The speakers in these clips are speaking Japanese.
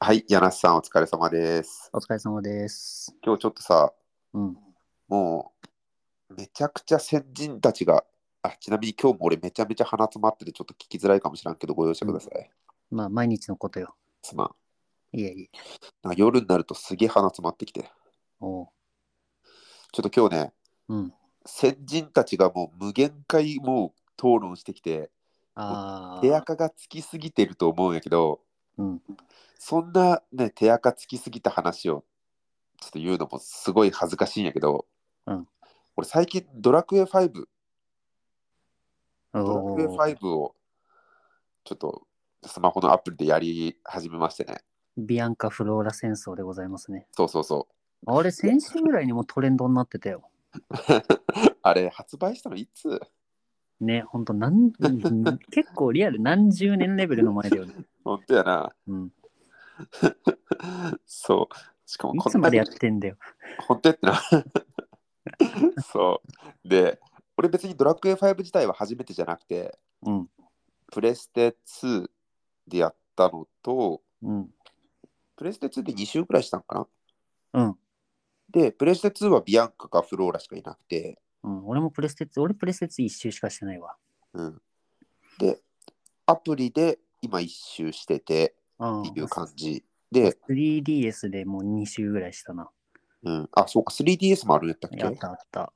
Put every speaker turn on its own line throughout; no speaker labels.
はい、柳瀬さんお疲れ様です。
お疲れ様です。
今日ちょっとさ、
うん。
もう、めちゃくちゃ先人たちが、あ、ちなみに今日も俺めちゃめちゃ鼻詰まっててちょっと聞きづらいかもしれんけどご容赦ください。
まあ、毎日のことよ。
すまん。
いえいえ。
なんか夜になるとすげえ鼻詰まってきて。
おう。
ちょっと今日ね、
うん。
先人たちがもう無限回もう討論してきて、
あ
手
あ。
垢がつきすぎてると思うんやけど、
うん。
そんなね、手垢つきすぎた話をちょっと言うのもすごい恥ずかしいんやけど、
うん
俺最近ドラクエ5、ドラクエ
おー
5をちょっとスマホのアプリでやり始めましてね。
ビアンカ・フローラ戦争でございますね。
そうそうそ
あれ、先週ぐらいにもうトレンドになってたよ。
う。あれ、発売したのいつ
ね、ほんと、なん結構リアル、何十年レベルの前だよね。
本当やな。
うん。
そう。しかも
い
こ
つ
んな
まで
に
やってんだよ。
本当やってな。 そう。で、俺別にドラクエ5自体は初めてじゃなくて、
うん。
プレステ2でやったのと、
うん。
プレステ2で2週くらいしたのかな
うん。
で、プレステ2はビアンカかフローラしかいなくて、
うん、俺もプレステツ、俺プレステツ一周しかしてないわ。
うん、でアプリで今一周してて
うん
っていう感じで、
3DS でもう2周ぐらいしたな。
うん、あそうか 3DS もあるんやったっ
やったあった。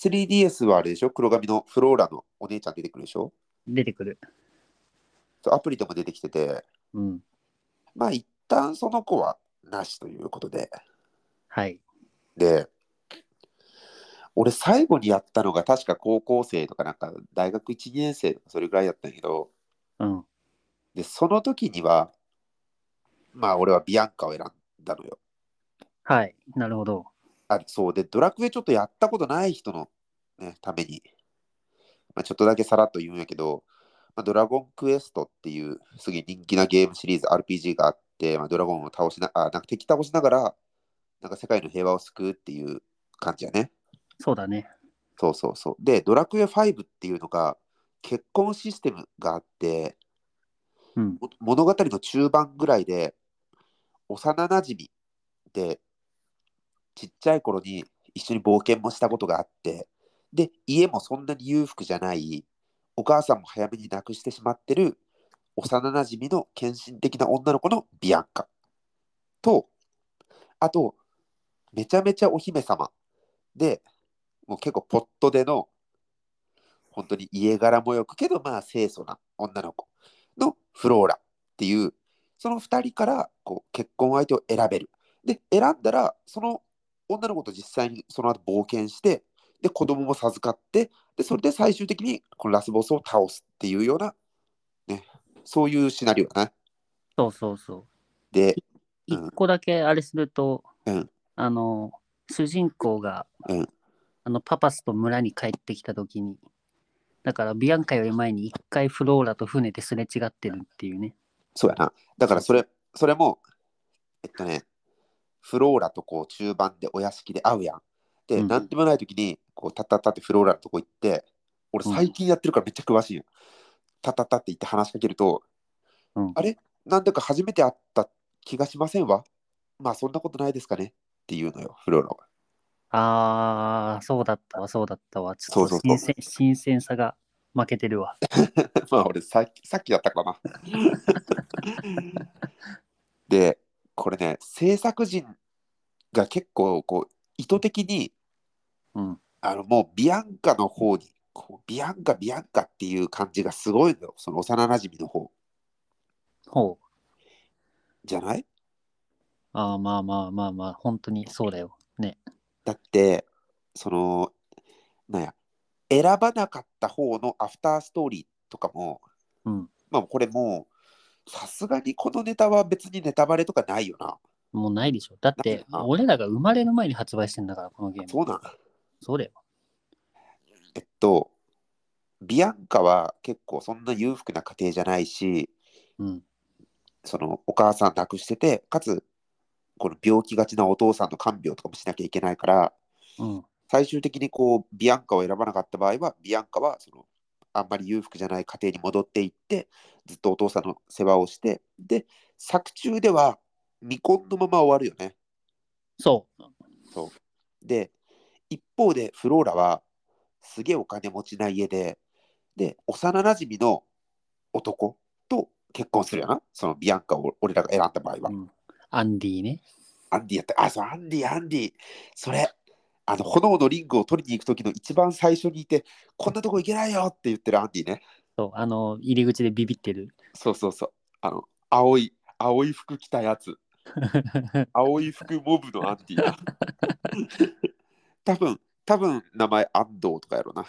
け 3DS はあれでしょ黒髪のフローラのお姉ちゃん出てくるでしょ
出てくる。
そうアプリでも出てきてて
うん。
まあ一旦その子はなしということで
はい。
で俺最後にやったのが確か高校生とかなんか大学1年生とかそれぐらいやったんやけど
うん。
でその時にはまあ俺はビアンカを選んだのよ
はい。なるほど。
あそうで、ドラクエちょっとやったことない人の、ね、ために、まあ、ちょっとだけさらっと言うんやけど、まあ、ドラゴンクエストっていうすげえ人気なゲームシリーズ RPG があって、まあ、ドラゴンを倒しな、あ、なんか敵倒しながら、なんか世界の平和を救うっていう感じやね。
そうだね。
そうそうそう。で、ドラクエ5っていうのが結婚システムがあって、
うん。
も物語の中盤ぐらいで幼なじみでちっちゃい頃に一緒に冒険もしたことがあってで家もそんなに裕福じゃないお母さんも早めに亡くしてしまってる幼なじみの献身的な女の子のビアンカとあとめちゃめちゃお姫様でもう結構ポットでの本当に家柄もよくけどまあ清楚な女の子のフローラっていうその2人からこう結婚相手を選べるで選んだらその女の子と実際にその後冒険してで子供も授かってでそれで最終的にこのラスボスを倒すっていうような、ね、そういうシナリオだね
そうそうそ
で
う。
うん
一個だけあれすると、
うん
あの、主人公が、
うん
あの、パパスと村に帰ってきたときに、だからビアンカより前に一回フローラと船ですれ違ってるっていうね。
そうやなだからそれそれもえっとねフローラとこう中盤でお屋敷で会うやんで、
うん
なんでもない時にこうタッタッタってフローラのとこ行って俺
うん
最近やってるからめっちゃ詳しいよ、タッタッタって言って話しかけると、
うん
あれなんだか初めて会った気がしませんわまあそんなことないですかねっていうのよフローラは
あー、そうだったわ、そうだったわ。ちょっ
そう
と
そう
新鮮
そ
新鮮さが負けてるわ。
まあ俺さっきさっきだったからな。でこれね制作陣が結構こう意図的に
うん。
あのもうビアンカの方にこうビアンカビアンカっていう感じがすごいのよその幼なじみの方
ほう。
じゃない
あー、まあまあまあまあ、本当にそうだよ。ね。
だってそのなんや選ばなかった方のアフターストーリーとかも
うん。
まあこれもうさすがにこのネタは別にネタバレとかないよな
もうないでしょ。だって、
ないな
俺らが生まれる前に発売してんだから、このゲーム。
そうなん
そうだよ。
えっと、ビアンカは結構そんな裕福な家庭じゃないし、
うん。
そのお母さん亡くしてて、かつ、この病気がちなお父さんの看病とかもしなきゃいけないから、
うん。
最終的にこう、ビアンカを選ばなかった場合は、ビアンカはその、あんまり裕福じゃない家庭に戻っていって、ずっとお父さんの世話をして、で、作中では未婚のまま終わるよね。
そう。
で、一方でフローラはすげえお金持ちな家で、で、幼なじみの男と結婚するよな、そのビアンカを俺らが選んだ場合は。
うん、アンディね。
アンディやった、あ、そう、アンディ、アンディ、それ、あの、炎のリングを取りに行く時の一番最初にいて、こんなとこ行けないよって言ってるアンディね。
そう、あの、入り口でビビってる。
そうそうそう、あの、青い、青い服着たやつ。青い服モブのアンディ な多分多分名前安藤とかやろな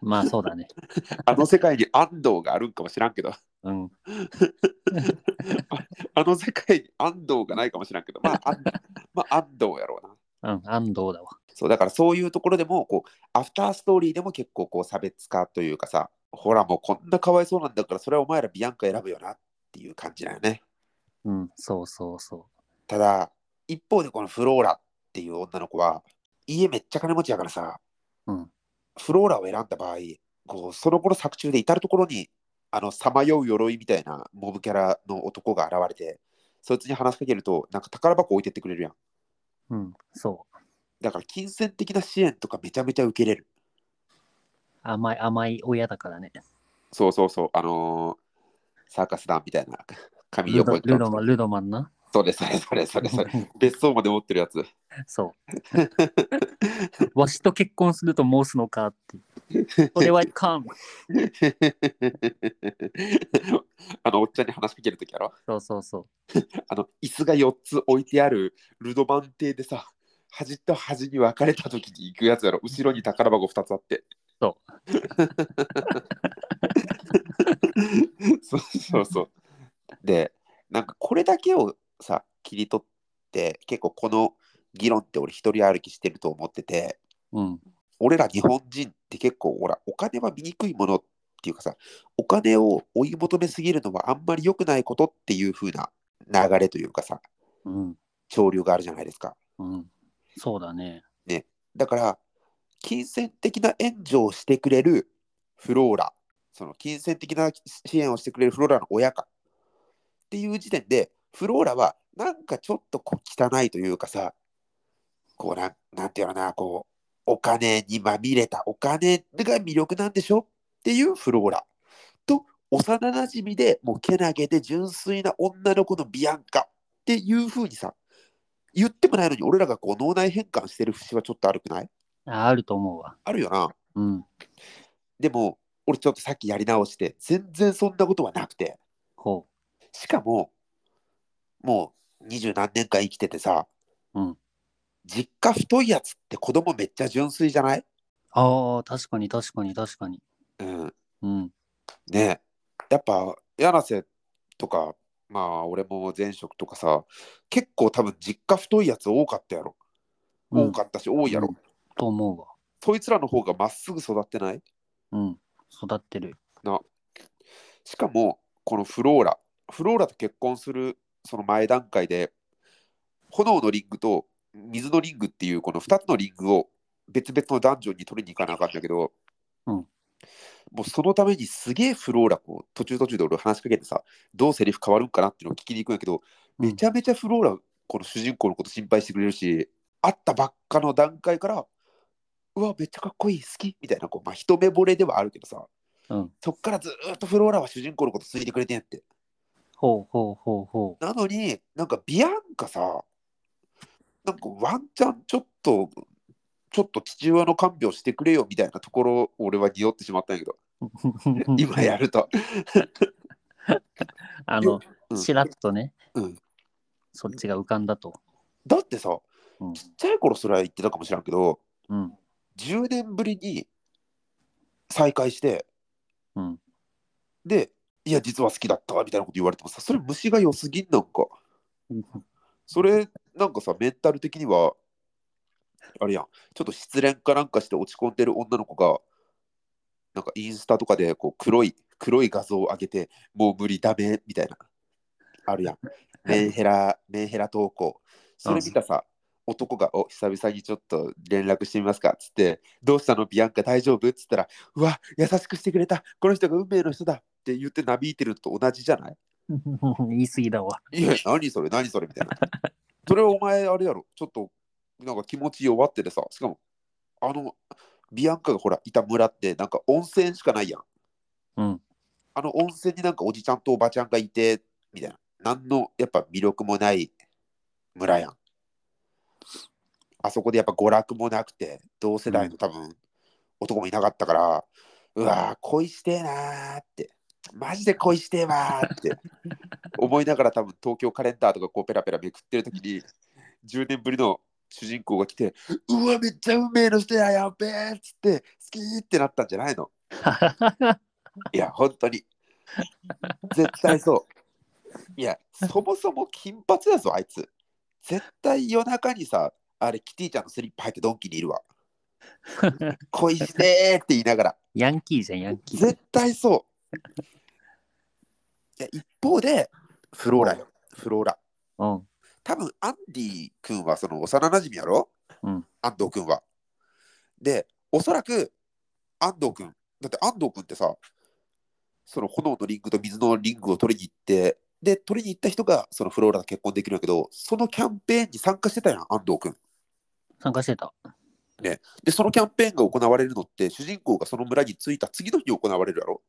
まあそうだね。
あの世界に安藤があるんかもしらんけど
うん。
あの世界に安藤がないかもしらんけどまあ安,、まあ、安藤やろうな
うん、安藤だわ。
そうだからそういうところでもこうアフターストーリーでも結構こう差別化というかさほらもうこんなかわいそうなんだからそれはお前らビアンカ選ぶよなっていう感じだよね
うん、そうそうそ
ただ一方でこのフローラっていう女の子は家めっちゃ金持ちやからさ、
うん
フローラを選んだ場合こうその頃作中で至る所にあのさまよう鎧みたいなモブキャラの男が現れてそいつに話しかけるとなんか宝箱置いてってくれるやん
う。うん、そう。
だから金銭的な支援とかめちゃめちゃ受けれる
甘い、甘い親だからね。
そうそうそうあのーサーカス団みたいな髪
ル
横
ド
に
ルドマン、ルドマンな。
そうですそれそれそれそ れ別荘まで持ってるやつ
そう。 わしと結婚すると申すのかって。それはいかん。
あのおっちゃんに話しかけるときやろ
そうそうそう。
あの椅子が4つ置いてあるルドバン邸でさ端と端に分かれた時に行くやつやろ後ろに宝箱2つあって
そう
そう そうそうでなんかこれだけをさ切り取って結構この議論って俺一人歩きしてると思ってて
うん。
俺ら日本人って結構ほらお金は醜いものっていうかさお金を追い求めすぎるのはあんまり良くないことっていう風な流れというかさ
うん。
潮流があるじゃないですか。
うん。そうだね。
だから、金銭的な援助をしてくれるフローラ、その金銭的な支援をしてくれるフローラの親かっていう時点で、フローラはなんかちょっとこう汚いというかさ、こうなん、なんていうのかな、こう、お金にまみれたお金が魅力なんでしょっていうフローラと、幼なじみでもうけなげで純粋な女の子のビアンカっていうふうにさ、言ってもないのに俺らがこう脳内変換してる節はちょっと悪くない
ああると思うわ。
あるよな。
うん。
でも、俺ちょっとさっきやり直して、全然そんなことはなくて、
ほ
しかも、もう二十何年間生きててさ、
うん。
実家太いやつって子供めっちゃ純粋じゃないう
ああ、確かに確かに確かに。
うん。
うん。
ねえやっぱ、柳瀬とか、まあ俺も前職とかさ、結構多分実家太いやつ多かったやろ。
うん
多かったし、多いやろ。
うんと思うわ。
そいつらの方がまっすぐ育ってない
うん。育ってる。
しかもこのフローラフローラと結婚するその前段階で炎のリングと水のリングっていうこの2つのリングを別々のダンジョンに取りに行かなあかったけど、
うん
もうそのためにすげえフローラこう途中途中で俺話しかけてさどうセリフ変わるんかなっていうのを聞きに行くんやけど
うん
めちゃめちゃフローラこの主人公のこと心配してくれるし会ったばっかの段階からうわめっちゃかっこいい好きみたいなこう、まあ、一目惚れではあるけどさ、そっからずーっとフローラは主人公のこと好いてくれてんやって。
ほうほうほうほ
なのに、なんかビアンカさ、なんかワンチャンちょっと、ちょっと父親の看病してくれよみたいなところを俺は匂ってしまったんやけど、
う。
今やると。
あの、
うん
ちらっとね、
うん
そっちが浮かんだと。
だってさ、
うん
ちっちゃい頃それは言ってたかもしらんけど、
うん。
10年ぶりに再会して、
うん
で、いや、実は好きだったみたいなこと言われてもさ、それ虫が良すぎんなんか。それなんかさメンタル的にはあれやんちょっと失恋かなんかして落ち込んでる女の子がなんかインスタとかでこう黒い黒い画像を上げてもう無理ダメみたいなあるやんメンヘラメンヘラ投稿それ見たさ男が「お久々にちょっと連絡してみますか」っつって「どうしたのビアンカ大丈夫?」っつったら「うわ優しくしてくれたこの人が運命の人だ」って言ってなびいてるのと同じじゃない
言い過ぎだわ。
いや、何それ、何それみたいな。それはお前、あれやろ、ちょっと、なんか気持ち弱っててさ、しかも、あの、ビアンカがほら、いた村って、なんか温泉しかないやん。
うん。
あの温泉になんかおじちゃんとおばちゃんがいて、みたいな。何の、やっぱ魅力もない村やん。あそこでやっぱ娯楽もなくて、同世代の多分、男もいなかったから、うわー、恋してえなーって、マジで恋してえわーって。思いながら多分東京カレンダーとかこうペラペラめくってる時に10年ぶりの主人公が来て「うわめっちゃ運命の人ややっべえ」っつって「好き」ってなったんじゃないのいや本当に絶対そういやそもそも金髪やぞあいつ絶対夜中にさあれキティちゃんのスリッパ入ってドンキにいるわ恋してーって言いながら
ヤンキーじゃん、ヤンキー。
絶対そういや一方でフローラよフローラ
うん。
多分アンディ君はその幼なじみやろ、
うん
安藤君は。で、おそらく安藤君、だって安藤君ってさ、その炎のリングと水のリングを取りに行って、で、取りに行った人がそのフローラと結婚できるんやけど、そのキャンペーンに参加してたやん、安藤君。
参加してた。
で、そのキャンペーンが行われるのって、主人公がその村に着いた次の日に行われるやろ。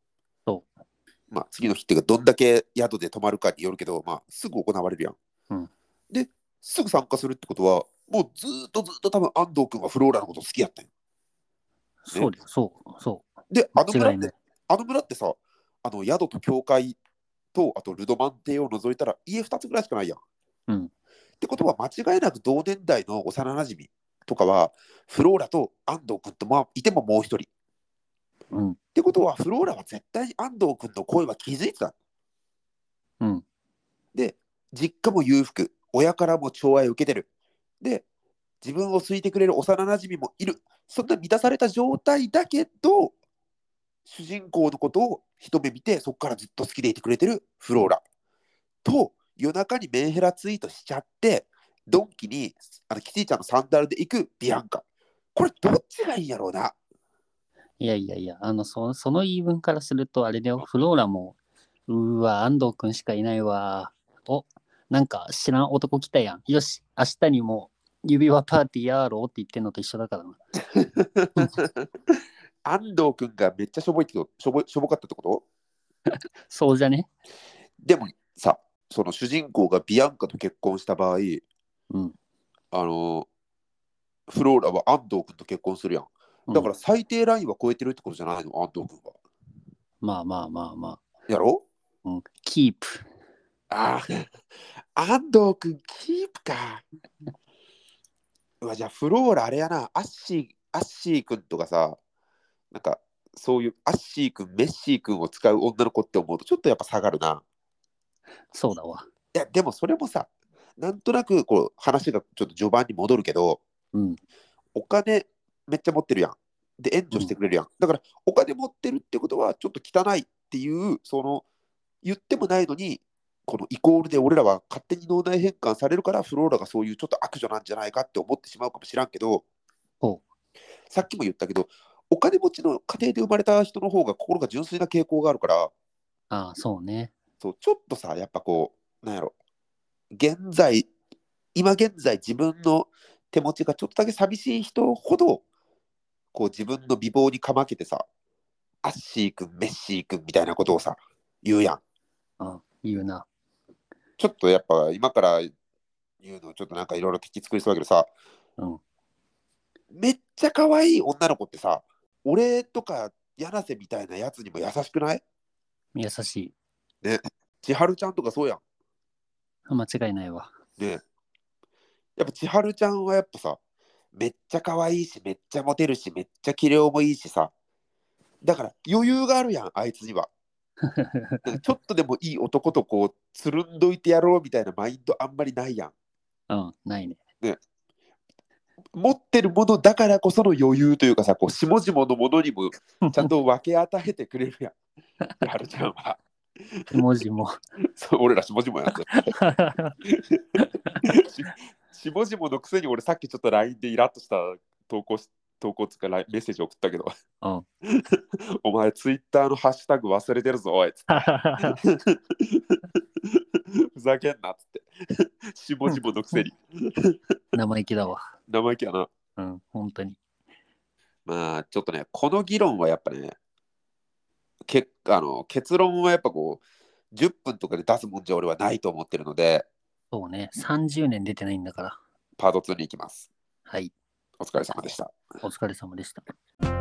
そう
まあ、次の日っていうか、どんだけ宿で泊まるかによるけど、まあ、すぐ行われるやん。
うん
で、すぐ参加するってことは、もうずーっとずーっと多分安藤君はフローラのこと好きやったんよ
そうだよ、そう、そ
で、あの
う。
村
間
っ
違い
て
ない。
あの村ってさ、あの宿と教会と、あとルドマン邸を除いたら家2つぐらいしかないやん。
うん
ってことは間違いなく同年代の幼なじみとかは、フローラと安藤君と、まあ、いてももう一人。っ
うん。
てことは、フローラは絶対に安藤君の声は気づいてた。
うん。
で、実家も裕福、親からも寵愛を受けてる。で、自分を好いてくれる幼なじみもいる。そんな満たされた状態だけど、主人公のことを一目見て、そこからずっと好きでいてくれてるフローラ。と、夜中にメンヘラツイートしちゃって、ドンキにあのキティちゃんのサンダルで行くビアンカ。これ、どっちがいいんやろうな。
いやいやいや、あの、そその言い分からすると、あれだよ、フローラも、うーわ、安藤くんしかいないわ。お、なんか知らん男来たやん。よし、明日にも指輪パーティーやろうって言ってんのと一緒だからな。
安藤君がめっちゃしょぼいけど、しょぼしょぼかったってこと
そうじゃね
でもさ、その主人公がビアンカと結婚した場合、
うん。
あのフローラは安藤君と結婚するやん。
うん
だから最低ラインは超えてるってことじゃないの、安藤君は。
まあまあまあま
やろ
あ。うん、キープ。
ああ、安藤君キープか。うわ、じゃあフローラあれやな、アッシー、アッシー君とかさ、なんかそういうアッシー君、メッシー君を使う女の子って思うとちょっとやっぱ下がるな。
そうだわ。
いや、でもそれもさ、なんとなくこう話がちょっと序盤に戻るけど、
うん。
お金めっちゃ持ってるやん。で、援助してくれるやん。だから、お金持ってるってことは、ちょっと汚いっていう、その、言ってもないのに、このイコールで俺らは勝手に脳内変換されるから、フローラがそういうちょっと悪女なんじゃないかって思ってしまうかもしらんけど
ほ、
さっきも言ったけど、お金持ちの家庭で生まれた人の方が心が純粋な傾向があるから、
ああ、そうね。
そうちょっとさやっぱこうなんやろ現在今現在自分の手持ちがちょっとだけ寂しい人ほどこう自分の美貌にかまけてさアッシーくんメッシーくんみたいなことをさ言うやん
あ言うな。
ちょっとやっぱ今から言うのちょっとなんかいろいろ敵作りそうだけどさ、
うん
めっちゃ可愛い女の子ってさ俺とか柳瀬みたいなやつにも優しくない
優しい。
千春ちゃんとかそうやん
間違いないわ。
で、やっぱ千春ちゃんはやっぱさ、めっちゃ可愛いし、めっちゃモテるし、めっちゃ器量もいいしさ。だから余裕があるやん、あいつには。なんかちょっとでもいい男とこう、つるんどいてやろうみたいなマインドあんまりないやん。
うん、ないね。
持ってるものだからこその余裕というかさ、こう、下々のものにもちゃんと分け与えてくれるやん。千春ちゃんは。
文字も。
そう俺ら下々やん。しもじものくせに俺さっきちょっと LINE でイラッとした投稿し投稿つかないメッセージ送ったけど、
うん、
お前ツイッターのハッシュタグ忘れてるぞ、おい つってふざけんなっつって。 しぼじぼのくせ に。
生意気だわ。
生意気やな。
うん、本当に。
まあちょっとね、この議論はやっぱね、けあの結論はやっぱこう、10分とかで出すもんじゃ俺はないと思ってるので、
そうね、30年出てないんだから。
パート2に行きます。
はい、
お疲れ様でした。
お疲れ様でした。